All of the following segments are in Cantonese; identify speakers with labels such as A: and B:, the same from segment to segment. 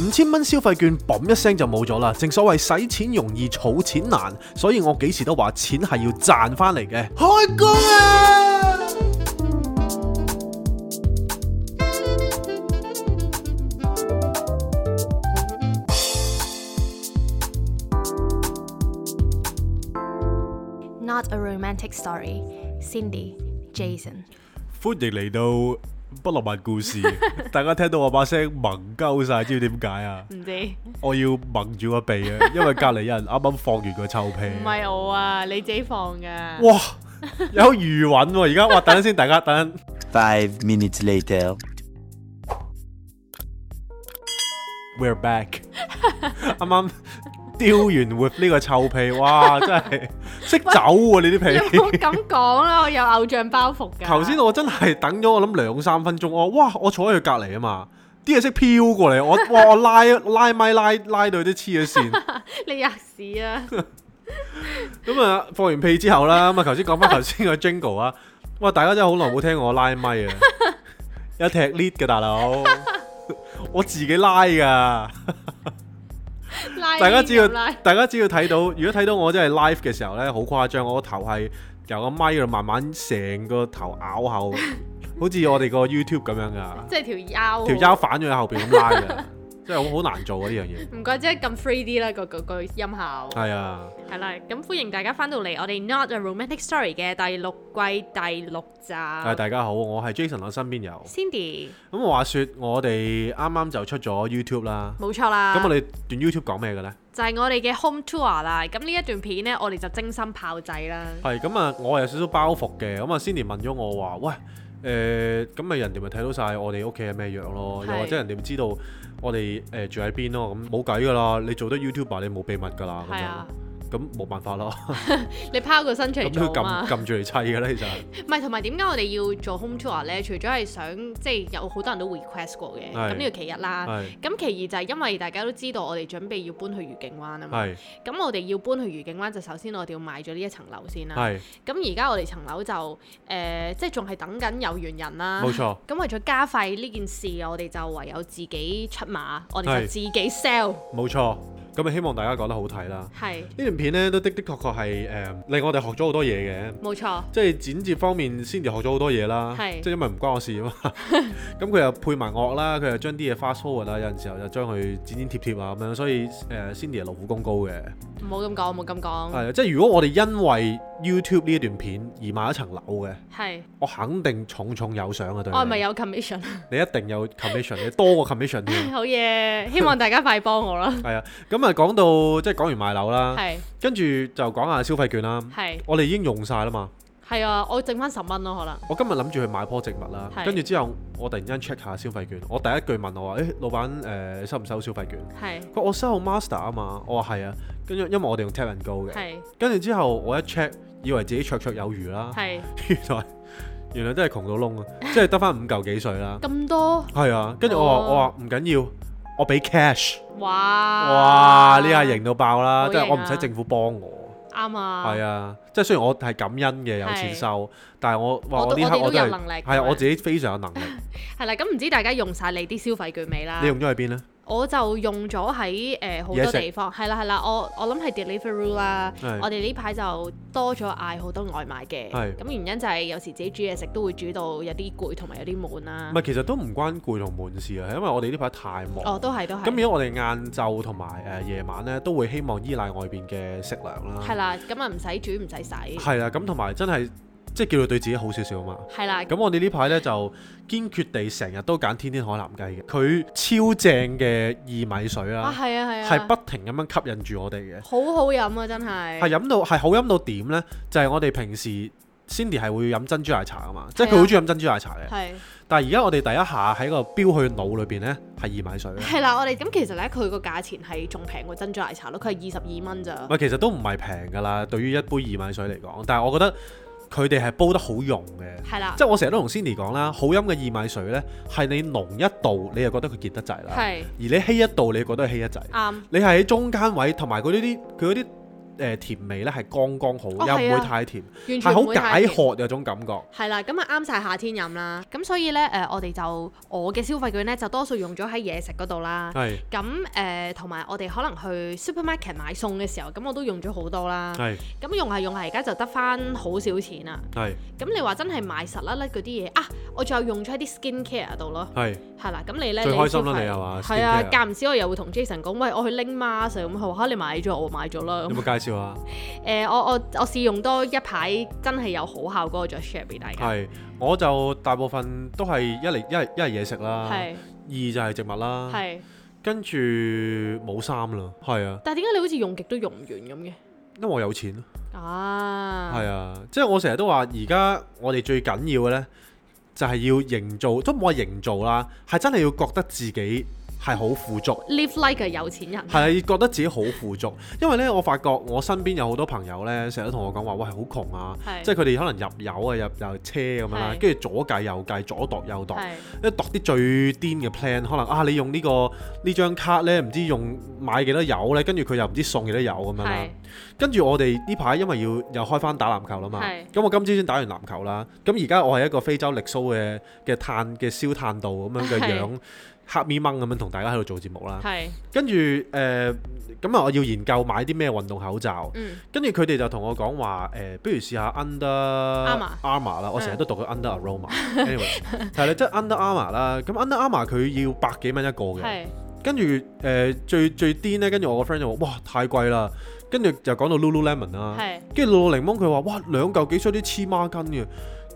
A: 五千蚊消費券嘣一聲就冇咗啦。正所謂使錢容易儲錢難，所以我幾時都話錢係要賺翻嚟嘅。
B: 開工啊！
C: Not a romantic story. Cindy, Jason，
A: 歡迎嚟到不浪漫故 事，大家聽到我把聲萌鳩晒，知唔知點解啊？
C: 唔知
A: 我要掹住個鼻啊，因為隔離有人啱啱放完個臭屁。
C: 唔係我啊，你自己放噶。
A: 哇，有餘韻喎！而家哇，等陣先，大家等陣。
B: Five minutes later，
A: We're back，啱啱丟完 with 呢個臭屁，哇！真係識走喎、你
C: 有
A: 啲
C: 冇
A: 屁。
C: 咁講啦？我有偶像包袱㗎。
A: 頭先我真係等咗我諗兩三分鐘，我哇！我坐喺佢隔離啊嘛，啲嘢識飄過嚟，我哇！我拉拉咪拉拉到佢都黐咗線。
C: 你吔 屎啊！
A: 咁啊，放完屁之後啦，咁啊頭先講翻頭先個 jingle 啊，哇！大家真係好耐冇聽我拉咪啊，有踢 lead 嘅大佬， 我自己拉㗎。
C: 拉
A: 大家只要
C: 鏈咁拉
A: 大家只要睇到，如果睇到我真係 live 嘅時候呢，好誇張，我個頭係由個咪度慢慢成個頭拗後，好似我哋個 YouTube 咁樣噶，
C: 即係條腰。
A: 條腰反咗喺後邊咁拉嘅， 真係好好難做啊呢樣嘢。
C: 唔怪之得咁 three D 啦，個個個音效。
A: 係啊，
C: 係啦，咁歡迎大家翻到嚟我哋 Not a romantic story 嘅第六季第六集。
A: 但係大家好，我係 Jason，我身邊有。
C: Cindy，
A: 咁話說，我哋啱啱就出咗 YouTube 啦。
C: 冇錯啦。
A: 咁我哋段 YouTube 講咩嘅呢？
C: 就係我哋嘅 home tour 啦。咁呢一段片呢，我哋就精心炮製啦。
A: 係咁啊，我有少少包袱嘅。咁啊，Cindy 問咗我話：喂，誒咁咪人哋咪睇到晒我哋屋企係咩樣咯，又
C: 係
A: 或者人哋咪知道我哋誒、呃住喺邊咯。咁冇計㗎啦，你做得 YouTuber 你冇秘密㗎啦。咁
C: 係啊，
A: 樣咁冇辦法啦。
C: 你拋個身出
A: 咁
C: 嚟
A: 佢
C: 做啊
A: 撳
C: 嘛。
A: 撳住嚟砌㗎啦，其實係
C: 唔係，同埋點解我哋要做 home tour 咧？除咗係想即係有好多人都 request 過嘅，
A: 係
C: 咁呢個其一啦。
A: 係
C: 咁其二就係因為大家都知道我哋準備要搬去愉景灣啊嘛，
A: 係
C: 咁我哋要搬去愉景灣就首先我哋要賣咗呢一層樓先啦。
A: 係
C: 咁而家我哋層樓就誒、呃即係仲係等緊有緣人啦。
A: 冇錯。
C: 咁為咗加快呢件事，我哋就唯有自己出馬，我哋
A: 係
C: 就自己 sell。
A: 冇錯。咁啊，希望大家覺得好睇啦。
C: 係，
A: 呢段片呢，都的的確確係誒、呃令我哋學咗好多嘢嘅。
C: 冇錯，
A: 即係剪接方面先至學咗好多嘢啦，
C: 係
A: 即係因為唔關我事啊 嘛。咁佢又配埋樂啦，佢又將啲嘢 fast forward 啦，有陣時候又將佢剪剪貼貼啊咁樣，所以誒、呃、Cindy 係勞苦功高嘅。
C: 唔好咁講，唔好咁講。
A: 係啊，即係如果我哋因為 YouTube 呢一段片而買一層樓嘅，
C: 係，
A: 我肯定重重有賞啊對你。
C: 我係咪有 commission？
A: 你一定有 commission，你多過 commission 添。
C: 好嘢，希望大家快幫我啦。
A: 係啊，咁啊講到即係講完買樓啦，
C: 係
A: 跟住就講下消費券啦。
C: 係
A: 我哋已經用晒啦嘛。
C: 係啊，我剩翻十蚊咯，可能
A: 我今日諗住去買棵植物啦，
C: 係
A: 跟住之後我突然間 check 下消費券，我第一句問我話：，誒、老闆誒、呃收唔收消費券？
C: 係
A: 佢話我收 Master 啊嘛，我話係啊，跟住因為我哋用 Tap and Go 嘅，
C: 係
A: 跟住之後我一 check，以為自己綽綽有餘啦，
C: 係
A: 原來原來真係窮到窿啊，即係得翻五嚿幾水啦，
C: 咁多，
A: 係啊，跟住我話
C: 哦
A: 我話唔緊要，我俾 cash，
C: 哇
A: 哇呢下型到爆啦，
C: 啊好
A: 即係
C: 型
A: 我唔使
C: 啊
A: 政府幫我。
C: 啱啊，
A: 係啊，即係雖然我係感恩嘅有錢
C: 係
A: 收，但係我話
C: 我都
A: 呢刻
C: 我哋都
A: 都
C: 有
A: 係
C: 能力
A: 係啊，
C: 咁
A: 我
C: 樣
A: 自己非常有能力。
C: 係啦，咁唔知大家用晒你啲消費券未啦
A: 你？用咗喺邊呢？
C: 我就用咗喺誒好
A: 嘢
C: 多
A: 食
C: 地方，係啦係啦，我我諗係 Deliveroo 啦
A: 係，
C: 我哋呢排就多咗嗌好多外賣嘅，
A: 係
C: 咁原因就係有時自己煮嘢食都會煮到有啲攰同埋有啲悶啦
A: 唔，係，其實都唔關攰同悶事啊，係因為我哋呢排太忙。
C: 哦都係都
A: 咁而
C: 係，
A: 家我哋晏晝同埋呃誒夜晚咧，都會希望依賴外邊嘅食糧啦。
C: 係啦，咁啊唔使煮唔使洗，
A: 係啦，咁同埋真係即係叫做對自己好少少啊嘛。
C: 係啦，
A: 咁我哋呢排咧就堅決地成日都揀天天海南雞嘅，佢超正嘅薏米水
C: 啊
A: 啦，
C: 係啊係啊，
A: 係不停咁樣吸引住我哋嘅，
C: 好好飲啊，真係。
A: 係飲到係好飲到點咧？就係我哋平時 Cindy 係會飲珍珠奶茶啊嘛，即係佢好中意飲珍珠奶茶嘅。
C: 係
A: 但係而家我哋第一下喺個標去腦裏邊咧係薏米水咧。
C: 係啦，我哋咁其實咧，佢個價錢係仲平過珍珠奶茶咯，佢係二十二蚊咋
A: 唔。係，其實都唔係平㗎啦。對於一杯薏米水嚟講，但係我覺得佢哋係煲得好溶嘅，
C: 係啦，
A: 即係我成日都同 Cindy 講啦，好飲嘅薏米水呢，係你濃一度你又覺得佢結得滯啦，而
C: 係啊
A: 你稀一度你又覺得佢稀一滯，
C: 啱，
A: 你係喺中間位同埋佢呢啲佢嗰啲誒甜味咧係剛剛好，
C: 哦
A: 又唔
C: 係
A: 會
C: 啊
A: 太甜，
C: 完
A: 係
C: 全
A: 好
C: 唔會太
A: 解
C: 甜
A: 渴有種感覺。
C: 係啦，咁啊啱晒夏天飲啦。咁所以呢，誒、我哋就我嘅消費券呢，就多數用咗喺嘢食嗰度啦。
A: 係
C: 咁誒，同埋、我哋可能去 supermarket 買餸嘅時候，咁我都用咗好多啦。
A: 係
C: 咁用係用係，而家就得翻好少錢啦。
A: 係
C: 咁你話真係買實粒粒嗰啲嘢啊，我仲有用咗喺啲 skin care 度咯。
A: 係
C: 係啦，咁你咧
A: 最開心啦
C: 消費
A: 你係嘛
C: 係啊，
A: skincare
C: 間唔時我又會同 Jason 講，喂，我去拎 mask 啊咁，佢話嚇你買咗，我買咗啦。
A: 有
C: 咁
A: 冇介紹啊？
C: 誒，我我我試用多一排，真係有好效果，我再 share 俾大家。
A: 係我就大部分都係一嚟一係一係嘢啊食啦，二
C: 係
A: 就係植物啦，
C: 係，
A: 跟住冇衫啦，係啊，
C: 但係點解你好似用極都用唔完咁
A: 因為我有錢咯。
C: 嘅？啊，
A: 係啊，即係我成日都話，而家我哋最緊要嘅呢，就係要營造，都唔好話營造啦，係真係要覺得自己係好富足，
C: live like 嘅有錢人，
A: 係啊要覺得自己好富足。因為呢，我發覺我身邊有好多朋友呢，成日都同我講話，喂，好窮啊！
C: 係
A: 即係佢哋可能入油啊，入入車咁樣啦，
C: 係
A: 跟住左計右計，左度右度，
C: 係
A: 一度啲最癲嘅 plan，可能啊你用呢、個呢張卡呢，唔知用買幾多油呢，跟住佢又唔知送幾多油咁樣啦
C: 係。
A: 跟住我哋呢排因為要又開翻打籃球啦嘛
C: 係，
A: 咁我今朝先打完籃球啦，咁而家我係一個非洲力蘇嘅嘅炭嘅燒炭度咁樣嘅
C: 係
A: 樣，黑咪掹咁樣同大家喺度做節目啦。
C: 係，
A: 跟住誒，呃咁、啊我要研究買啲咩運動口罩，
C: 嗯
A: 跟住佢哋就同我講話誒，不如試下 Under
C: Armour
A: Armour 啦，我
C: 嗯
A: 成日都讀佢 Under Aroma。anyway，係啦，即係 Under Armour 啦，咁 Under Armour 佢要百幾蚊一個嘅。
C: 係
A: 跟住誒、呃最最癲咧，跟住我個 friend 就話：哇，太貴啦！跟住就講到 Lululemon 啦，
C: 係
A: 跟住露露檸檬佢話：哇，兩嚿幾水啲黐孖筋嘅。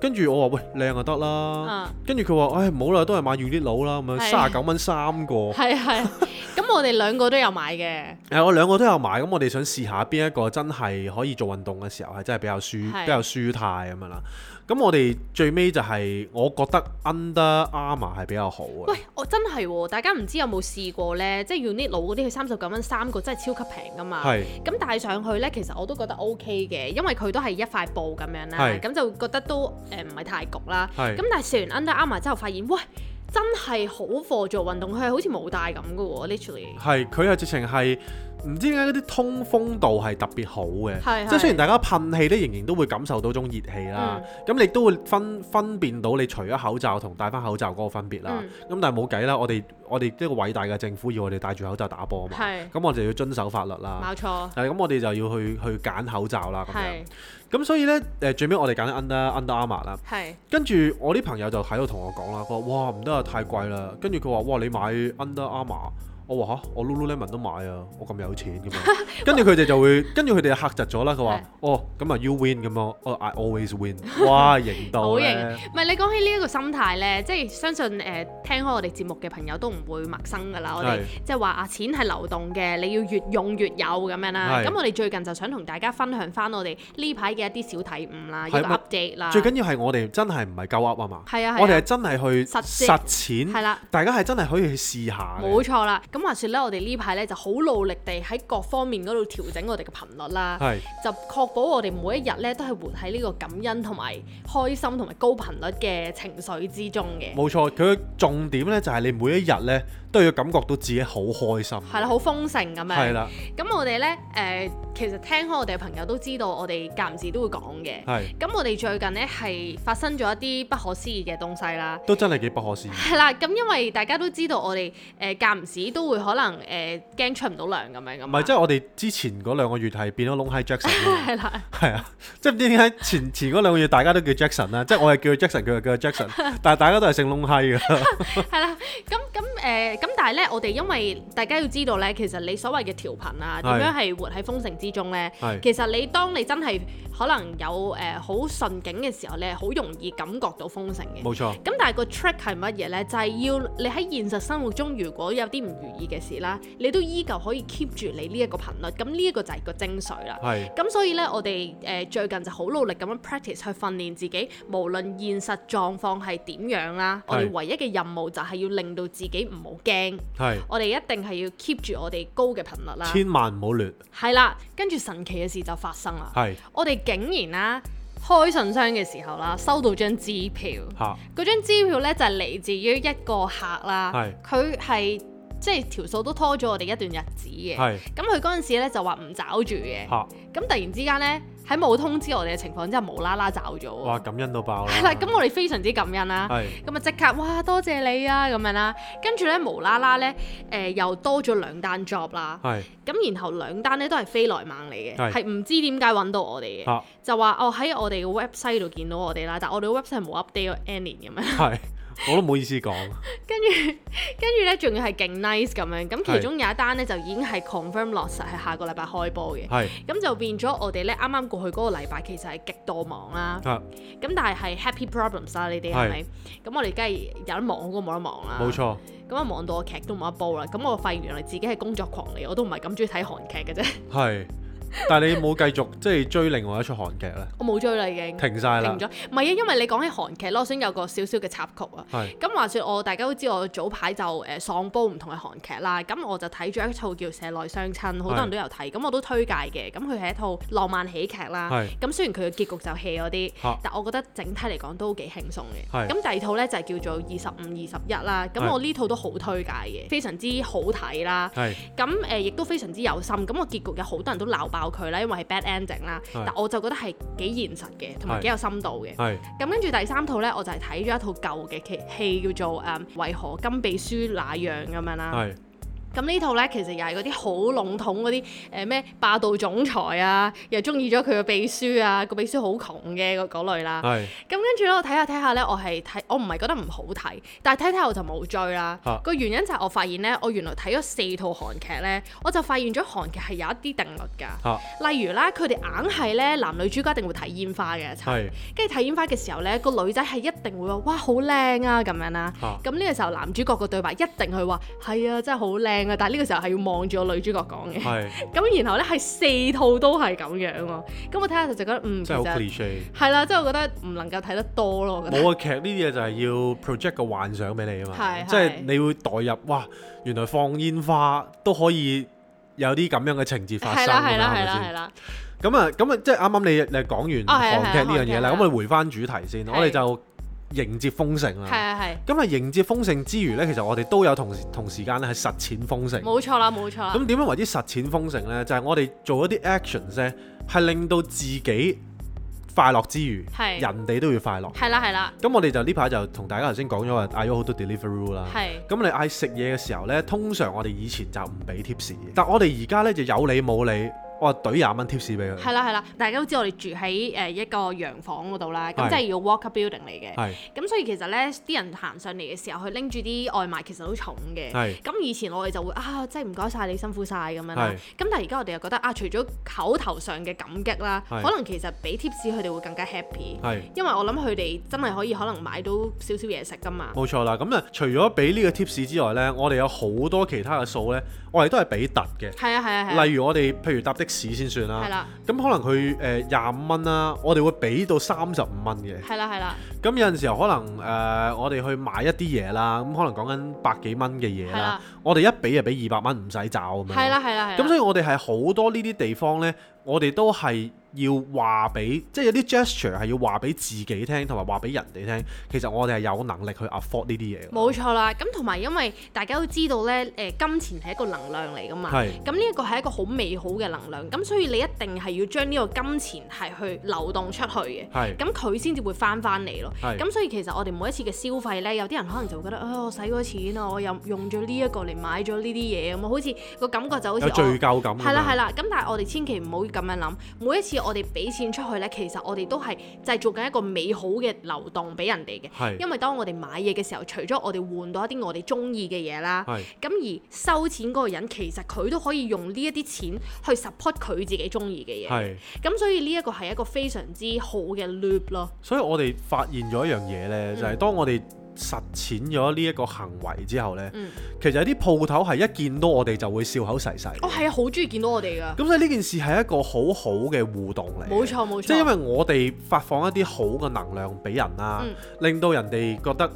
A: 跟住我話：喂，靚就得啦。
C: 啊
A: 跟住佢話：唉，唔好啦，都係買 Uniqlo 啦，咁樣
C: 係
A: 三十九蚊三個。誒、
C: 係係，咁我哋兩個都有買嘅，
A: 我兩個都有買，咁我哋想試下邊一個真係可以做運動嘅時候係真係比較舒
C: 係
A: 比較舒泰咁樣啦。咁我哋最尾就係、我覺得 Under Armour 係比較好啊嘅
C: 喂。，我真係喎、大家唔知有冇試過呢？即係 Uniqlo 嗰啲，佢三十九蚊三個，真係超級平噶嘛。
A: 係
C: 咁戴上去呢，其實我都覺得 O K 嘅，因為佢都係一塊布咁樣啦
A: 係，
C: 咁就覺得都誒唔係太焗啦。
A: 係
C: 咁但係試完 Under Armour 之後，發現喂真係好貨做運動，佢係好似冇戴咁噶喎，literally
A: 係佢係直情係唔知點解嗰啲通風度係特別好嘅，
C: 係
A: 即係雖然
C: 係
A: 大家噴氣咧，仍然都會感受到種熱氣啦。
C: 嗯
A: 咁、你都會分分辨到你除咗口罩同戴翻口罩嗰個分別啦。
C: 嗯
A: 咁、但係冇計啦，我哋我哋一個偉大嘅政府要我哋戴住口罩打波啊嘛，
C: 係
A: 咁我哋要遵守法律啦。
C: 冇錯，
A: 係咁，我哋就要去去揀口罩啦咁樣。
C: 係
A: 咁所以呢，誒最尾我哋揀咗 Under Under Armour 啦。
C: 係
A: 跟住我啲朋友就喺度同我講啦，佢話：哇唔得啊，太貴啦！跟住佢話：哇你買 Under Armour，我話吓，我 Lululemon 都買啊，我咁有錢咁樣。 跟住佢哋就會，跟住佢哋就嚇窒咗啦。佢話
C: 係：
A: 哦咁啊，you win 咁咯，哦 I always win，哇型到
C: 好型
A: 咧，。
C: 唔係你講起呢一個心態呢，即係相信誒、呃、聽開我哋節目嘅朋友都唔會陌生㗎啦。我哋
A: 係
C: 即係話啊，錢係流動嘅，你要越用越有咁樣啦。
A: 係
C: 咁我哋最近就想同大家分享翻我哋呢排嘅一啲小體悟啦，一個
A: 係咪
C: update 啦。
A: 最緊要係我哋真係唔係夠 up 啊嘛，
C: 係啊係啊
A: 我哋係真係去
C: 實踐
A: 實踐，
C: 係啦。
A: 大家係真係可以去試下嘅。
C: 冇錯啦，咁話說咧，我哋呢排咧就好努力地喺各方面嗰度調整我哋嘅頻率啦，
A: 係
C: 就確保我哋每一日咧都係活喺呢個感恩同埋開心同埋高頻率嘅情緒之中嘅，
A: 冇錯，佢嘅重點呢就係你每一日呢都要感覺到自己好開心。
C: 係啦，好豐盛咁樣。
A: 係啦，
C: 咁我哋呢，誒、其實聽開我哋嘅朋友都知道，我哋間唔時都會講嘅。
A: 係
C: 咁我哋最近呢，係發生咗一啲不可思議嘅東西啦。
A: 都真係幾不可思議。
C: 係啦，咁因為大家都知道我哋誒間唔時都會可能誒驚、出唔到糧咁樣咁。
A: 唔係，即係我哋之前嗰兩個月係變咗 Long High Jackson 咯，
C: 係啦，
A: 係啊，即係唔知點解前前嗰兩個月大家都叫 Jackson 啊啦，即係我係叫佢 Jackson，佢又叫佢 Jackson，但係 大家都係姓 Long High 嘅，
C: 係啦。咁咁誒，呃咁、但係呢，我哋因為大家要知道呢，其實你所謂嘅調頻啊，點
A: 係
C: 樣係活喺豐盛之中呢？
A: 係
C: 其實你當你真係可能有誒好、順境嘅時候，你係好容易感覺到豐盛嘅。
A: 冇錯，
C: 咁但係個 trick 係乜嘢呢？就係、要你喺現實生活中，如果有啲唔如意嘅事啦，你都依舊可以 keep 住你呢一個頻率。咁呢一個就係個精髓啦。
A: 係
C: 咁所以呢，我哋誒、呃最近就好努力咁樣 practice 去訓練自己，無論現實狀況係點樣啦，我哋
A: 係
C: 唯一嘅任務就係要令到自己唔好驚。
A: 係，
C: 我哋一定係要 keep 住我哋高嘅頻率啦。
A: 千萬唔好亂，
C: 係啦，跟住神奇嘅事就發生啦。
A: 係
C: 我哋竟然啦、開信箱嘅時候啦，收到張支票。
A: 嚇，
C: 嗰張支票咧就係嚟自於一個客啦
A: 係，
C: 佢係即係條數都拖咗我哋一段日子嘅。
A: 係
C: 咁佢嗰陣時咧就話唔找住嘅，
A: 嚇，
C: 咁突然之間咧喺冇通知我哋嘅情況之下，無啦啦找咗喎。
A: 哇感恩到爆啦！
C: 係啦，咁我哋非常之感恩啦。
A: 係
C: 咁啊即刻哇多謝你啊咁樣啦，跟住咧無啦啦咧誒又多咗兩單 job 啦，
A: 係
C: 咁然後兩單咧都係飛來猛嚟嘅，
A: 係
C: 係唔知點解揾到我哋嘅，
A: 嚇
C: 就話哦喺我哋嘅 website 度見到我哋啦，但我哋嘅 website 係冇 update 過 any 咁樣，
A: 係，我都唔好意思講，
C: 跟住 跟住咧仲要係勁 nice 咁樣，咁
A: 係
C: 其中有一單咧就已經係 confirm 落實係下個禮拜開波嘅。
A: 係
C: 咁就變咗我哋咧，啱啱過去嗰個禮拜其實係極度忙啦，
A: 啊
C: 咁但係係 happy problems 啦，呢啲係咪？咁我哋梗係有得忙好過冇得忙啦。
A: 冇錯，
C: 咁啊望到我劇都冇得煲啦，咁我發現原來自己係工作狂嚟，我都唔係咁中意睇韓劇嘅啫，
A: 係。但係你冇繼續即係追另外一出韓劇咧，
C: 我冇追啦已經，
A: 停晒啦
C: 停，咗。唔係啊，因為你講起韓劇咯，我想有個少少嘅插曲啊。
A: 係
C: 咁話說我大家都知我早排就誒喪煲唔同嘅韓劇啦，咁我就睇咗一套叫《社內相親》，好多人都有睇，咁我都推介嘅。咁佢係一套浪漫喜劇啦
A: 係，
C: 咁雖然佢嘅結局就 hea 嗰啲
A: 嚇，
C: 但我覺得整體嚟講都幾輕鬆
A: 係
C: 嘅。咁第二套呢，就係叫做《二十五二十一》啦，
A: 係
C: 咁我呢套都好推介嘅，非常之好睇啦。
A: 係
C: 咁誒亦都非常之有心，咁個結局有好多人都鬧爆佢啦，因為係 bad ending 啦。
A: 係
C: 但我就覺得係幾現實嘅，同埋
A: 係
C: 幾有深度嘅。
A: 係
C: 咁跟住第三套呢，我就係睇咗一套舊嘅劇戲，叫做誒、嗯、為何金秘書那樣咁樣啦。
A: 係
C: 咁呢套呢，其實又係嗰啲好籠統嗰啲誒咩霸道總裁啊，又中意咗佢嘅秘書啊，個秘書好窮嘅嗰嗰類啦。
A: 係
C: 咁跟住咧，我睇下睇下咧，我係睇我唔係覺得唔好睇，但係睇睇下我就冇追啦
A: 啊。
C: 個、原因就係我發現咧，我原來睇咗四套韓劇咧，我就發現咗韓劇係有一啲定律㗎。
A: 嚇
C: 例如啦，佢哋硬係咧男女主角一定會睇煙花嘅一齊，
A: 係
C: 跟住睇煙花嘅時候咧，個女仔係一定會話哇好靚啊咁樣啦。
A: 嚇
C: 咁呢個時候男主角個對白一定係話係啊真係好靚啊，但係呢個時候係要望住個女主角講嘅。
A: 係，
C: 咁然後咧係四套都係咁樣喎。咁我睇下就覺得嗯其
A: 真係好
C: 實。
A: cliche。
C: 係啦，即係我覺得唔能夠睇得多咯，我覺得。
A: 冇啊，劇呢啲嘢就係要 project 個幻想俾你啊嘛，
C: 係
A: 即係
C: 係
A: 你會代入，哇！原來放煙花都可以有啲咁樣嘅情節發生
C: 係
A: 㗎
C: 啦
A: 嘛，
C: 係啦係
A: 咪
C: 啦係
A: 先？
C: 啦，
A: 咁啊，咁啊，即係啱啱你你講
C: 啊係啊係
A: 完
C: 啊
A: 韓劇呢樣嘢啦，
C: 韓劇
A: 咁我哋回翻主題先，
C: 係
A: 我哋就迎接豐盛
C: 係
A: 啦。
C: 係
A: 咁啊，迎接豐盛之餘呢，其實我哋都有同時同時間咧係實踐豐盛
C: 係，。冇錯啦冇錯啦，
A: 咁點樣為之實踐豐盛呢？就係、我哋做一啲 actions 咧，係令到自己快樂之餘，
C: 係
A: 人哋都要快樂。
C: 係啦係啦，
A: 咁我哋就呢排就同大家頭先講咗話嗌咗好多 delivery 啦。
C: 係
A: 咁你嗌食嘢嘅時候呢，通常我哋以前就唔俾 tips 嘅，但我哋而家呢就有理冇理，我話懟廿蚊 tips 俾佢。
C: 係啦係啦，大家都知我哋住喺誒一個洋房嗰度啦，咁
A: 係
C: 即係要 walk up building 嚟嘅，
A: 係
C: 咁所以其實咧啲人行上嚟嘅時候，佢拎住啲外賣其實都重嘅。
A: 係
C: 咁以前我哋就會啊，真係唔該晒你辛苦晒咁樣啦
A: 係。
C: 咁但係而家我哋又覺得啊，除咗口頭上嘅感激啦，
A: 係
C: 可能其實俾 tips 佢哋會更加 happy，
A: 係。
C: 因為我諗佢哋真係可以可能買到少少嘢食噶嘛。
A: 冇錯啦，咁啊，除咗俾呢個 tips 之外呢，我哋有好多其他嘅數呢，我哋都係俾突嘅。
C: 係啊係啊係啊。
A: 例如我哋譬如搭啊的士先算啦，
C: 係啦，
A: 咁可能佢誒廿五蚊啦，我哋會俾到三十五蚊嘅。
C: 係啦，係啦，
A: 咁有陣時候可能誒、呃我哋去買一啲嘢啦，咁可能講緊百幾蚊嘅嘢
C: 係
A: 啦
C: 啦，
A: 我哋一俾就俾二百蚊，唔使找咁樣。
C: 係啦，係啦，係啦。啊
A: 咁所以我哋係好多呢啲地方呢，我哋都係要話俾，即係有啲 gesture 係要話俾自己聽，同埋話俾人哋聽。其實我哋係有能力去 afford 呢啲嘢嘅。
C: 冇錯啦，咁同埋因為大家都知道咧，誒、金錢係一個能量嚟噶嘛，
A: 係
C: 咁呢一個係一個好美好嘅能量，咁所以你一定係要將呢個金錢係去流動出去嘅，
A: 係
C: 咁佢先至會翻翻嚟咯。
A: 係
C: 咁所以其實我哋每一次嘅消費咧，有啲人可能就會覺得，啊、我使咗錢啊，我又用咗呢一個嚟買咗呢啲嘢咁，好似個感覺就好似哦
A: 有罪疚感㗎嘛。
C: 係啦係啦，咁但係我哋千祈唔好咁樣諗。每一次我哋俾錢出去呢，其實我哋都係製造緊一個美好嘅流動俾人哋
A: 係
C: 嘅。因為當我哋買嘢嘅時候，除咗我哋換到一啲我哋中意嘅嘢啦，
A: 係
C: 咁而收錢嗰個人其實佢都可以用呢一啲錢去 support 佢自己中意嘅嘢。
A: 係，
C: 咁所以呢一個係一個非常之好嘅 loop 咯。
A: 所以我哋發現咗一樣嘢
C: 嗯
A: 呢，就係、當我哋實踐咗呢一個行為之後呢，
C: 嗯
A: 其實有啲鋪頭係一見到我哋就會笑口噬噬。
C: 哦，係啊，好中意見到我哋㗎。
A: 咁所以呢件事係一個好好嘅互動嚟嘅，
C: 冇錯冇錯。
A: 即係因為我哋發放一啲好嘅能量俾人啦，
C: 嗯
A: 令到人哋覺得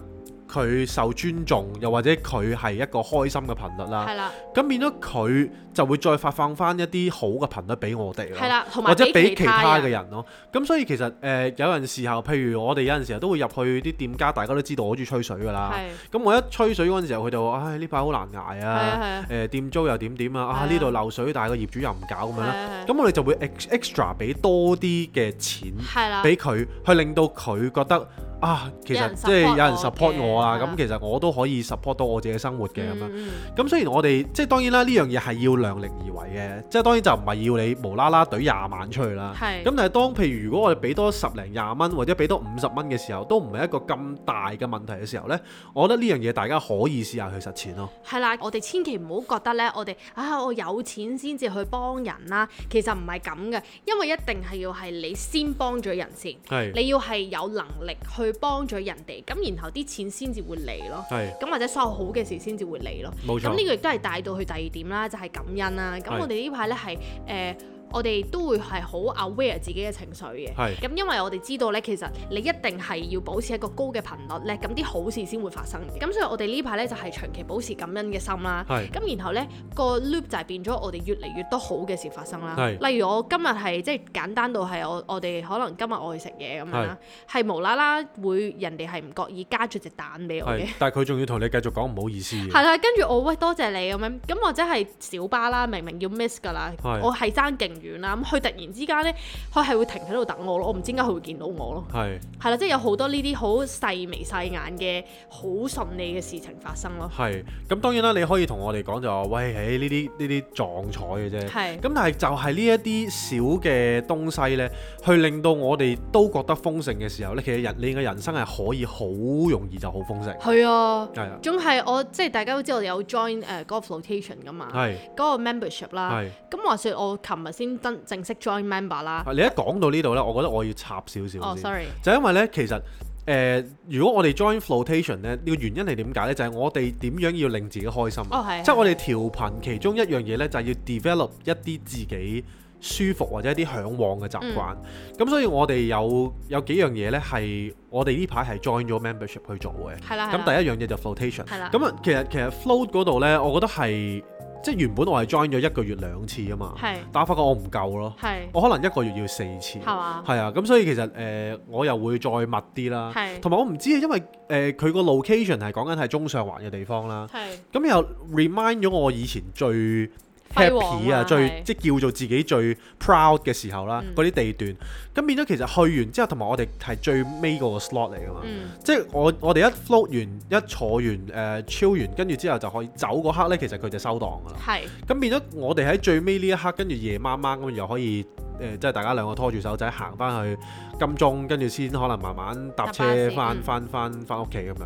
A: 佢受尊重，又或者佢係一個開心嘅頻率
C: 係
A: 啦。
C: 啦，
A: 咁變咗佢就會再發放翻一啲好嘅頻率俾我哋
C: 係
A: 咯，
C: 啦，同埋
A: 或者俾
C: 俾
A: 其
C: 他
A: 他嘅人咯。咁所以其實誒、呃有陣時候，譬如我哋有陣時候都會入去啲店家，大家都知道我中意吹水㗎啦。
C: 係
A: 咁我一吹水嗰陣時候，佢就話：唉，呢排好難捱
C: 係啊係
A: 啊！
C: 啊
A: 誒、店租又點點啊！
C: 係
A: 啊，
C: 啊
A: 呢度漏水，但係個業主又唔搞咁樣
C: 係
A: 啦
C: 啊係啊。
A: 咁我哋就會 ex- extra 俾多啲嘅錢
C: 係啦，
A: 俾佢，去令到佢覺得啊，其實
C: 啊有人
A: 即係有人
C: support
A: support 我啊，
C: 我嘅係啊
A: 咁其實我都可以 support 到我自己嘅生活嘅咁樣。
C: 嗯
A: 咁雖然我哋即係當然啦，呢樣嘢係要量力而為嘅，即係當然就唔係要你無啦啦懟廿萬出去啦。
C: 係
A: 咁但係當譬如如果我哋俾多十零廿蚊或者俾多五十蚊嘅時候，都唔係一個咁大嘅問題嘅時候呢，我覺得呢樣嘢大家可以試下去實踐咯。
C: 係啦，我哋千祈唔好覺得呢，我哋啊我有錢先至去幫人啦，其實唔係咁嘅，因為一定係要係你先幫咗人先，
A: 係
C: 你要係有能力去幫咗人哋，咁然後啲錢先至會嚟咯。
A: 係
C: 咁或者所有好嘅事先至會嚟咯。
A: 冇錯
C: 咁呢個亦都係帶到去第二點啦，就係、感恩啦。咁
A: 係
C: 我哋呢排呢係誒。呃我哋都會係好 aware 自己嘅情緒嘅，
A: 係
C: 咁因為我哋知道呢，其實你一定係要保持一個高嘅頻率呢，咁啲好事先會發生嘅。咁所以我哋呢排呢，就係、長期保持感恩嘅心啦。
A: 係
C: 咁然後呢個 loop 就係變咗我哋越嚟越多好嘅事發生啦。
A: 係
C: 例如我今日係即係簡單到係我我哋可能今日我去食嘢咁樣啦，係無啦啦會人哋係唔覺意加咗隻蛋俾我嘅
A: 係。，但係佢仲要同你繼續講唔好意思嘅
C: 係啦，跟住我喂多謝你咁樣，咁或者係小巴啦，明明要 miss 㗎啦，
A: 係
C: 我係爭勁遠啦，咁佢突然之間呢，佢係會停喺度等我咯，我唔知點解佢會見到我咯，
A: 係
C: 係啦，即係有好多呢啲好細眉細眼嘅好順利嘅事情發生咯，
A: 係。咁當然啦，你可以同我哋講就話，喂，誒呢啲呢啲撞彩嘅啫。
C: 係
A: 咁但係就係呢一啲小嘅東西呢，去令到我哋都覺得豐盛嘅時候呢，其實人你嘅人生係可以好容易就好豐盛，
C: 係啊，
A: 係啊，
C: 仲係我即係大家都知我哋有 join 誒、嗰個 flotation 㗎嘛，
A: 係
C: 嗰個 membership 啦，
A: 係。
C: 咁話說我琴日先登正式 join member 啦，
A: 啊你一講到呢度呢，我覺得我要插少少先。
C: 哦，sorry，
A: 就因為咧，其實誒、呃如果我哋 join flotation 咧，呢個原因係點解咧？就係、我哋點樣要令自己開心啊，
C: 哦係
A: 即係我哋調頻其中一樣嘢咧，就係、要 develop 一啲自己舒服或者一啲嚮往嘅習慣。
C: 嗯
A: 咁、所以我哋有有幾樣嘢咧，係我哋呢排係 join 咗 membership 去做嘅。
C: 係啦，係
A: 咁
C: 啦
A: 第一樣嘢就 flotation。
C: 係啦
A: 咁啊，其實其實 float 嗰度咧，我覺得係即係原本我係 join 咗一個月兩次啊嘛，
C: 係
A: 但我發覺我唔夠咯，
C: 係
A: 我可能一個月要四次。
C: 係嘛，
A: 係啊，咁所以其實誒、呃我又會再密啲啦，
C: 係
A: 同埋我唔知，因為誒佢個 location 係講緊係中上環嘅地方啦，
C: 係
A: 咁又 remind 咗我以前最
C: 輝煌
A: happy 啊，
C: 啊
A: 最
C: 係
A: 即係叫做自己最 proud 嘅時候啦，
C: 嗯
A: 嗰啲、地段，咁變咗其實去完之後，同埋我哋係最尾嗰個 slot 嚟噶嘛。
C: 嗯。
A: 即係我我哋一 float 完一坐完誒 chill 完，跟住之後就可以走嗰刻呢，其實佢就收檔㗎啦。
C: 係
A: 咁變咗我哋喺最尾呢一刻，跟住夜晚晚咁又可以誒、呃即係大家兩個拖住手仔行翻去金鐘，跟住先可能慢慢搭車
C: 搭巴士
A: 翻
C: 嗯
A: 翻翻翻屋企咁樣。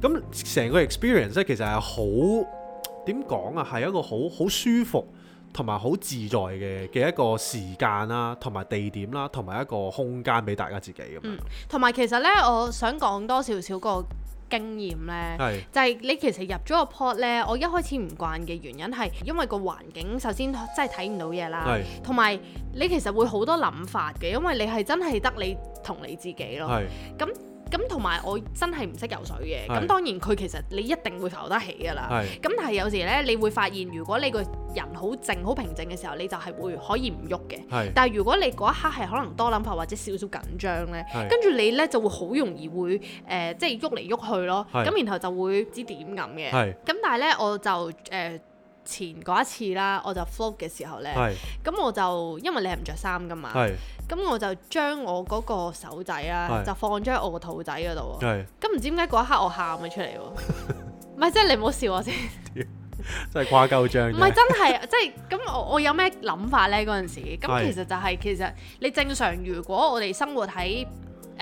A: 咁成個 experience 咧，其實係好點講啊，係一個好好舒服同埋好自在嘅嘅一個時間啦，同埋地點啦，同埋一個空間俾大家自己咁樣
C: 嗯。同埋其實咧，我想講多少少個經驗咧。
A: 係
C: 就嗯係你其實入咗個 pod 咧，我一開始唔慣嘅原因係因為個環境首先真係睇唔到嘢啦，
A: 係
C: 同埋你其實會好多諗法嘅，因為你係真係得你同你自己咯。
A: 係
C: 咁咁同埋我真係唔識游水嘅，
A: 係
C: 咁當然佢其實你一定會浮得起㗎啦。
A: 係
C: 咁但係有時咧，你會發現如果你個人好靜、好平靜嘅時候，你就係會可以唔喐嘅。
A: 係
C: 但係如果你嗰一刻係可能多諗法或者少少緊張咧
A: 係，
C: 跟住你咧就會好容易會誒、呃即係喐嚟喐去咯，
A: 係
C: 咁然後就會知點咁嘅。
A: 係
C: 咁但係咧，我就誒、呃前嗰一次啦，我就 float 嘅時候咧，
A: 係
C: 咁我就因為你係唔着衫噶嘛，
A: 係
C: 咁我就將我嗰個手仔啦
A: 係，
C: 就放咗喺我個肚仔嗰度喎。
A: 係
C: 咁唔知點解嗰一刻我喊咗出嚟喎， 唔係即係你唔好笑我先。
A: 真係誇鳩張
C: 唔
A: 啫
C: 係。真係，即係咁我我有咩諗法呢？嗰陣時，咁
A: 係
C: 其實就係、其實你正常，如果我哋生活喺誒、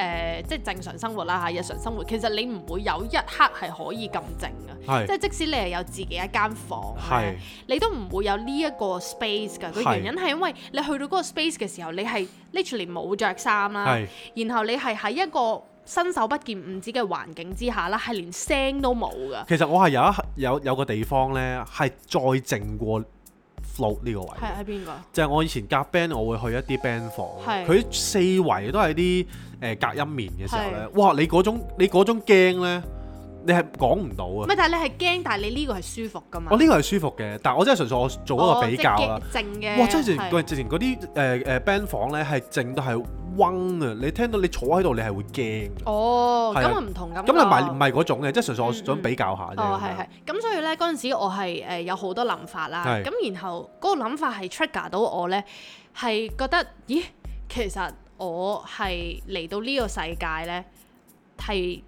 C: 呃即係正常生活啦嚇，日常生活，其實你唔會有一刻係可以咁靜嘅。即
A: 係
C: 係即使你係有自己一間房
A: 係
C: 咧，你都唔會有呢一個 space 㗎。個
A: 係
C: 原因係因為你去到嗰個 space 嘅時候，你係 literally 冇着衫啦，
A: 係
C: 然後你係喺一個伸手不見五指嘅環境之下啦，係連聲都冇㗎。
A: 其實我係有一刻有有個地方呢，係再靜過 float 呢個位，
C: 係喺邊個？
A: 就係我以前夾 band，我會去一啲 band 房，
C: 係
A: 佢四圍都係啲誒隔音棉嘅時候呢，
C: 係
A: 哇！你嗰種你嗰種驚咧，你係講唔到啊
C: 唔係，！但係你係驚，但係你呢個係舒服噶嘛？
A: 我哦呢個係舒服嘅，但我真係純粹我做一個比較啦
C: 啊哦。即係靜嘅，
A: 哇！真係直
C: 係
A: 情直情嗰啲誒誒 band 房咧係靜到係嗡啊！你聽到你坐喺度你係會驚。
C: 哦，
A: 係啊
C: 咁啊唔同咁。
A: 咁你唔係
C: 唔
A: 唔係嗰種嘅，即係純粹我
C: 嗯嗯
A: 想比較下啫。
C: 哦，
A: 咁樣
C: 係係，咁所以咧嗰陣時我係誒、呃有好多諗法啦，
A: 係
C: 咁然後嗰個諗法係 trigger 到我咧，係覺得咦，其實我係嚟到呢個世界咧係。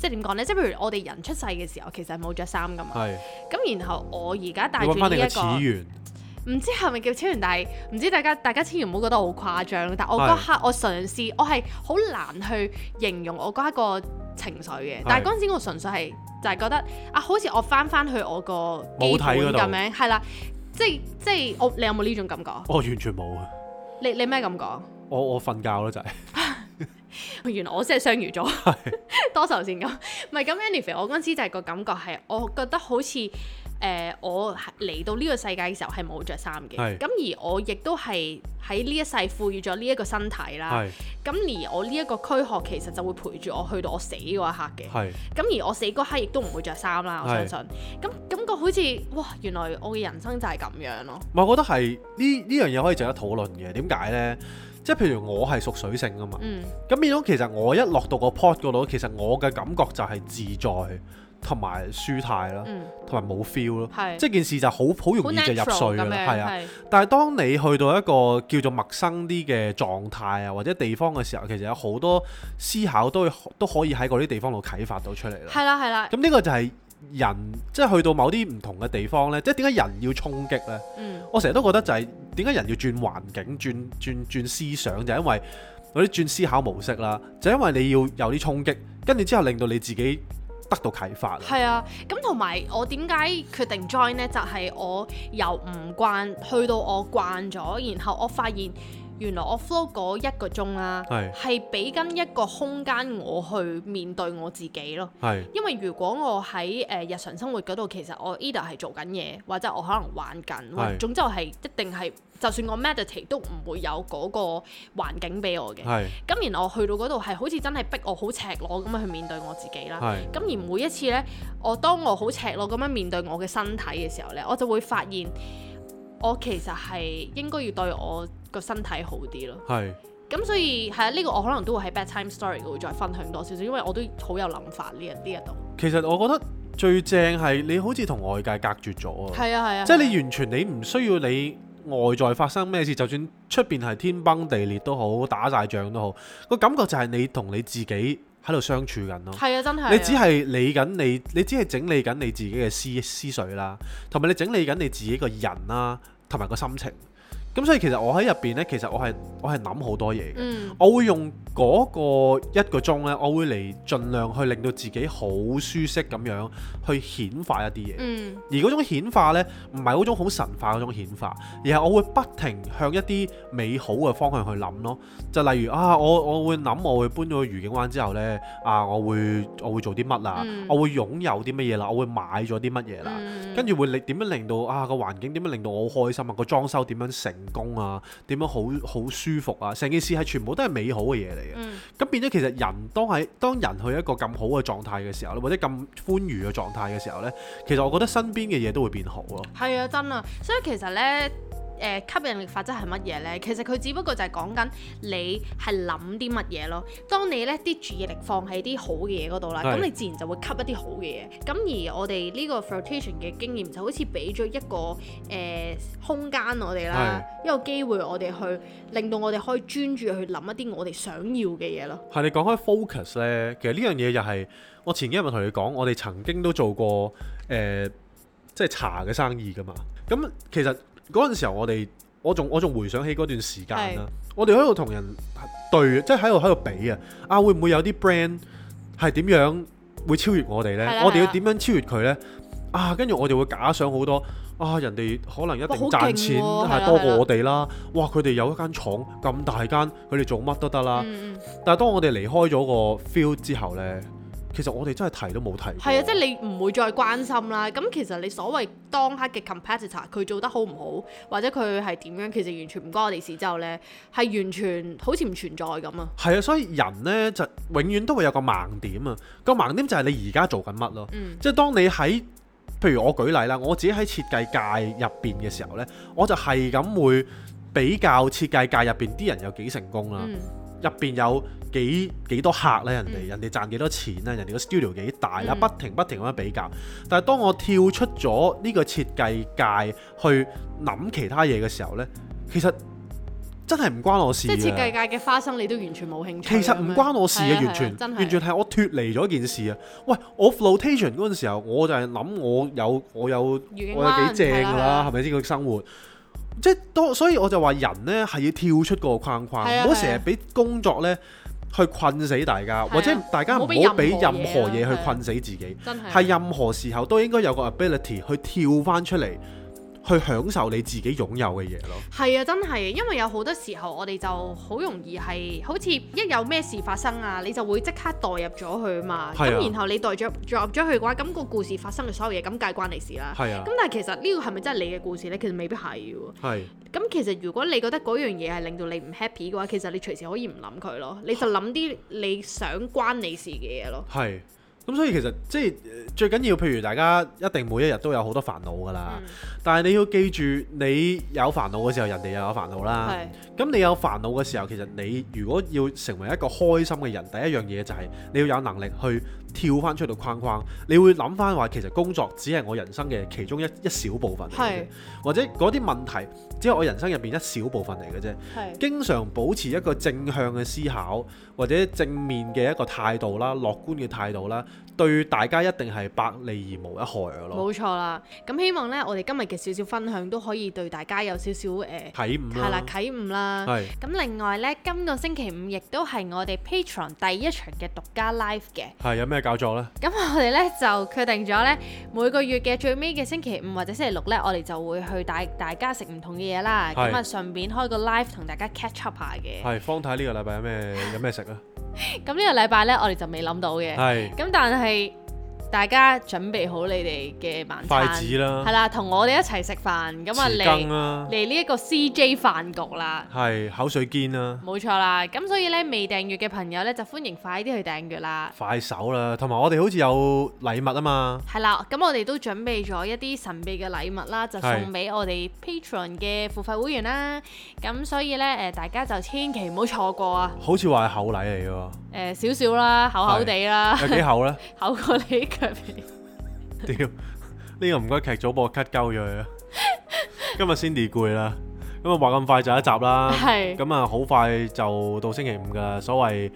C: 即係點講咧？即係譬如我哋人出世嘅時候，其實係冇着衫噶嘛。
A: 係。
C: 咁然後我而家戴
A: 你
C: 住
A: 揾
C: 呢
A: 翻你個
C: 一
A: 始
C: 個，
A: 源，
C: 唔知係咪叫超人，但係唔知大家大家千祈唔好覺得我好誇張。但我嗰
A: 係
C: 刻我嘗試，我係好難去形容我嗰一個情緒嘅
A: 係。
C: 但係嗰陣時我純粹係就係覺得啊，好似我翻翻去我個基
A: 母體
C: 本
A: 嗰度
C: 咁樣，係啦。即係即係我你有冇呢種感覺？
A: 我完全冇啊！
C: 你你咩感覺？
A: 我我瞓覺啦就係。
C: 原來我真係雙魚座， 多愁善感。唔係咁 anyway，我嗰陣時就係個感覺係，我覺得好似誒、呃我嚟到呢個世界嘅時候係冇着衫
A: 係
C: 嘅，咁而我亦都係喺呢一世賦予咗呢一個身體啦。
A: 係
C: 咁而我呢一個軀殼其實就會陪住我去到我死嗰一刻嘅。
A: 係
C: 咁而我死嗰刻亦都唔會着衫啦，我
A: 係
C: 相信。咁感覺好似哇，原來我嘅人生就係咁樣咯。
A: 唔係，我覺得係呢呢樣嘢可以值得討論嘅。點解咧？即係譬如我係屬水性啊嘛，
C: 嗯，
A: 咁變咗其實我一落到個 pot 嗰度，其實我嘅感覺就係自在同埋舒泰啦，
C: 嗯
A: 同埋冇 feel 咯。
C: 係
A: 即係件事就好好容
C: 好
A: 易就入
C: natural
A: 睡
C: 咁
A: 㗎啦，
C: 樣，
A: 係啊。
C: 係
A: 但係當你去到一個叫做陌生啲嘅狀態啊，或者地方嘅時候，其實有好多思考都都可以喺嗰啲地方度啟發到出嚟啦。
C: 係啦係啦，
A: 咁呢個就係人即係去到某啲唔同嘅地方呢，即係點解人要衝擊呢？
C: 嗯
A: 我成日都覺得就係點解人要轉環境、轉轉轉思想，就係因為嗰啲轉思考模式啦，就因為你要有啲衝擊，跟住之後令到你自己得到啟發啦。
C: 係啊，咁同埋我點解決定 join 呢？就係、我由唔慣去到我慣咗，然後我發現原來我 flow 嗰一個鐘啦，
A: 係
C: 係俾緊一個空間我去面對我自己咯。
A: 係
C: 因為如果我喺誒、呃日常生活嗰度，其實我 either 係做緊嘢，或者我可能玩緊，或
A: 係
C: 總之我係一定係，就算我 meditate 都唔會有嗰個環境俾我嘅。
A: 係
C: 咁然後我去到嗰度係好似真係逼我好赤裸咁樣去面對我自己啦。
A: 係
C: 咁而每一次呢，我當我好赤裸咁樣面對我嘅身體嘅時候呢，我就會發現我其實係應該要對我個身體好啲咯。
A: 係
C: 咁所以係啊，呢、個我可能都會喺 bedtime story 嗰度再分享多少少，因為我都好有諗法呢一呢一度。
A: 其實我覺得最正係你好似同外界隔絕咗啊。
C: 係啊係啊，
A: 即係你完全你唔需要你外在發生咩事，就算出邊係天崩地裂都好，打晒仗都好，個感覺就係你同你自己喺度相處緊咯。
C: 係啊，真係啊
A: 你只係理緊你，你只係整理緊你自己嘅思思緒啦，同埋你整理緊你自己個人啦，同埋個心情。咁所以其實我喺入邊呢，其實我係我係諗好多嘢嘅。
C: 嗯
A: 我會用嗰個一個鐘呢，我會嚟盡量去令到自己好舒適咁樣去顯化一啲嘢。
C: 嗯
A: 而嗰種顯化呢，唔係嗰種好神化嗰種顯化，而係我會不停向一啲美好嘅方向去諗咯。就例如啊，我我會諗我會搬咗去愉景灣之後呢，啊，我會我會做啲乜啊？
C: 嗯
A: 我會擁有啲乜嘢啦？我會買咗啲乜嘢啦？
C: 嗯
A: 跟住會令點樣令到啊個環境點樣令到我好開心啊個裝修點樣成功啊點樣好好舒服啊成件事係全部都係美好嘅嘢嚟嘅。
C: 嗯
A: 咁變咗其實人當喺當人去一個咁好嘅狀態嘅時候咧，或者咁寬裕嘅狀態嘅時候呢，其實我覺得身邊嘅嘢都會變好咯。
C: 係啊，真啊，所以其實呢，誒、吸引力法則係乜嘢呢？其實佢只不過就係講緊你係諗啲乜嘢咯。當你呢啲注意力放喺啲好嘅嘢嗰度啦，
A: 係
C: 咁你自然就會吸一啲好嘅嘢。咁而我哋呢個 flotation 嘅經驗就好似俾咗一個誒、呃空間我哋啦，一個機會我哋去令到我哋可以專注去諗一啲我哋想要嘅嘢咯。
A: 係你講開 focus 呢，其實呢樣嘢又係我前幾日咪同你講，我哋曾經都做過誒、呃即係茶嘅生意噶嘛。咁其實嗰陣時候我哋，我仲我仲回想起嗰段時間啦，我哋喺度同人對，即係喺度喺度比啊，啊會唔會有啲 brand 係點樣會超越我哋呢
C: 係啦？
A: 我哋
C: 係
A: 要
C: 啦
A: 點樣超越佢呢？啊，跟住我哋會假想好多啊，人哋可能一
C: 哇
A: 定
C: 好
A: 賺
C: 勁
A: 錢
C: 喎係
A: 係
C: 啦
A: 多
C: 係啦
A: 過我哋啦。哇，佢哋有一間廠咁大間，佢哋做乜都得啦。
C: 嗯嗯，
A: 但係當我哋離開咗個 field 之後呢，其實我哋真係提都冇提過。
C: 係啊，即係你唔會再關心啦。咁其實你所謂當刻嘅 competitor，佢做得好唔好，或者佢係點樣，其實完全唔關我哋事。之後呢，係完全好似唔存在咁啊。
A: 係啊，所以人呢，就永遠都會有個盲點啊。個盲點就係你而家做緊乜咯。
C: 嗯
A: 即係當你喺，譬如我舉例啦，我自己喺設計界入邊嘅時候呢，我就係咁會比較設計界入邊啲人有幾成功啦，
C: 嗯
A: 入邊、有幾幾多客呢？人哋、
C: 嗯
A: 人哋賺幾多錢呢？人哋個 studio 幾大啦，
C: 嗯
A: 不停不停咁樣比較。但係當我跳出咗呢個設計界去諗其他嘢嘅時候呢，其實真係唔關我事
C: 即係設
A: 㗎。
C: 計界嘅花生，你都完全冇興趣咁
A: 其
C: 樣。
A: 實唔關我事
C: 啊係
A: 嘅，
C: 啊
A: 完全
C: 係啊真係
A: 完全係我脱離咗件事啊！喂，我 flotation 嗰陣時候，我就係諗我有我有我
C: 愉景
A: 有幾
C: 灣
A: 正
C: 係啦
A: 㗎
C: 係
A: 啦，
C: 啦
A: 係咪先個生活？即係多，所以我就話人呢係要跳出個框框，
C: 係啊
A: 唔好
C: 係啊
A: 成日俾工作呢去困死大家，
C: 啊
A: 或者大家唔
C: 唔
A: 好
C: 好
A: 俾
C: 俾
A: 任何
C: 任何
A: 嘢
C: 嘢
A: 去
C: 啊
A: 困死自己。
C: 真係
A: 係任何時候都應該有個 ability 去跳翻出嚟，去享受你自己擁有嘅嘢咯。
C: 係啊，真係，因為有好多時候我哋就好容易係好似一有咩事發生啊，你就會即刻代入咗去嘛。咁、
A: 係啊
C: 然後你代入代入咗去嘅話，咁、個故事發生嘅所有嘢，咁梗係關你事啦。
A: 係啊
C: 咁但係其實呢個係咪真係你嘅故事呢？其實未必係喎。
A: 係。
C: 咁其實如果你覺得嗰樣嘢係令到你唔 happy 嘅話，其實你隨時可以唔諗佢咯，
A: 嗯
C: 你就諗啲你想關你事嘅嘢咯。
A: 係，咁所以其實即係呃最緊要，譬如大家一定每一日都有好多煩惱㗎啦。
C: 嗯
A: 但係你要記住，你有煩惱嘅時候，人哋又有煩惱啦。
C: 係
A: 咁你有煩惱嘅時候，其實你如果要成為一個開心嘅人，第一樣嘢就係你要有能力去跳翻出到框框。你會諗翻話，其實工作只係我人生嘅其中一一小部分嚟嘅啫
C: 係，
A: 或者嗰啲問題只係我人生入邊一小部分嚟嘅啫。
C: 係
A: 經常保持一個正向嘅思考，或者正面嘅一個態度啦，樂觀嘅態度啦，對大家一定係百利而無一害嘅咯。
C: 冇錯啦。咁希望呢，我哋今日嘅少少分享都可以對大家有少少誒
A: 體悟
C: 係啦
A: 啦，
C: 啟悟啦。
A: 係
C: 咁另外呢，今個星期五亦都係我哋 Patron 第一場嘅獨家 live 嘅。
A: 係有咩教作呢？
C: 咁我哋呢就決定咗呢，每個月嘅最尾嘅星期五或者星期六呢，我哋就會去帶大家食唔同嘅嘢啦。咁
A: 係
C: 啊，順便開個 live 同大家 catch up 下嘅。
A: 係方太呢個禮拜有咩有咩食啊？
C: 咁呢個禮拜呢，我哋就未諗到嘅。
A: 係
C: 咁但係大家準備好你哋嘅晚餐，
A: 筷子啦
C: 係啦，同我哋一齊食飯。咁啊，
A: 匙羹
C: 嚟
A: 啦，
C: 嚟呢一個 CJ 飯局啦。
A: 係口水肩啦，
C: 冇錯啦，咁所以咧未訂閱嘅朋友咧就歡迎快啲去訂閱啦。
A: 快手啦，同埋我哋好似有禮物啊嘛，
C: 係啦，咁我哋都準備咗一啲神秘嘅禮物啦，就
A: 係
C: 送俾我哋 Patron 嘅付費會員啦。咁所以咧，誒、大家就千祈唔好錯過啊！
A: 好似話係厚禮嚟嘅喎，
C: 誒、少少啦，厚厚地啦，
A: 有幾厚呢？
C: 厚過你腳皮。
A: 屌，呢個唔該劇組幫我 cut 鳩咗佢啊！今日 Cindy 攰啦，咁啊話咁快就一集啦，
C: 係
A: 咁啊好快就到星期五噶啦，所謂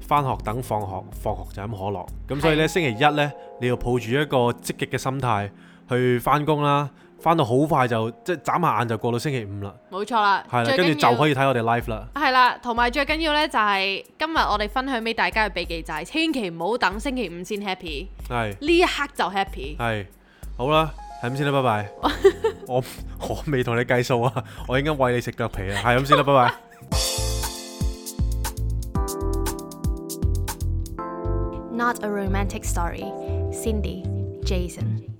A: 翻學等放學，放學就飲可樂，咁所以呢，星期一呢，你要抱住一個積極嘅心態去翻工啦，翻到好快就即係眨下眼就過到星期五啦，
C: 冇錯啦，
A: 係啦，
C: 最
A: 跟住
C: 緊要
A: 就可以睇我哋 live 啦，
C: 係啦，同埋最緊要咧就係、今日我哋分享俾大家嘅秘技就係千祈唔好等星期五先 happy，
A: 係
C: 呢一刻就 happy。
A: 係好啦。係咁先啦，拜拜。我我未同你計數啊，我應該喂你食腳皮啊。係咁先啦，拜拜。
D: Not a romantic story. Cindy, Jason.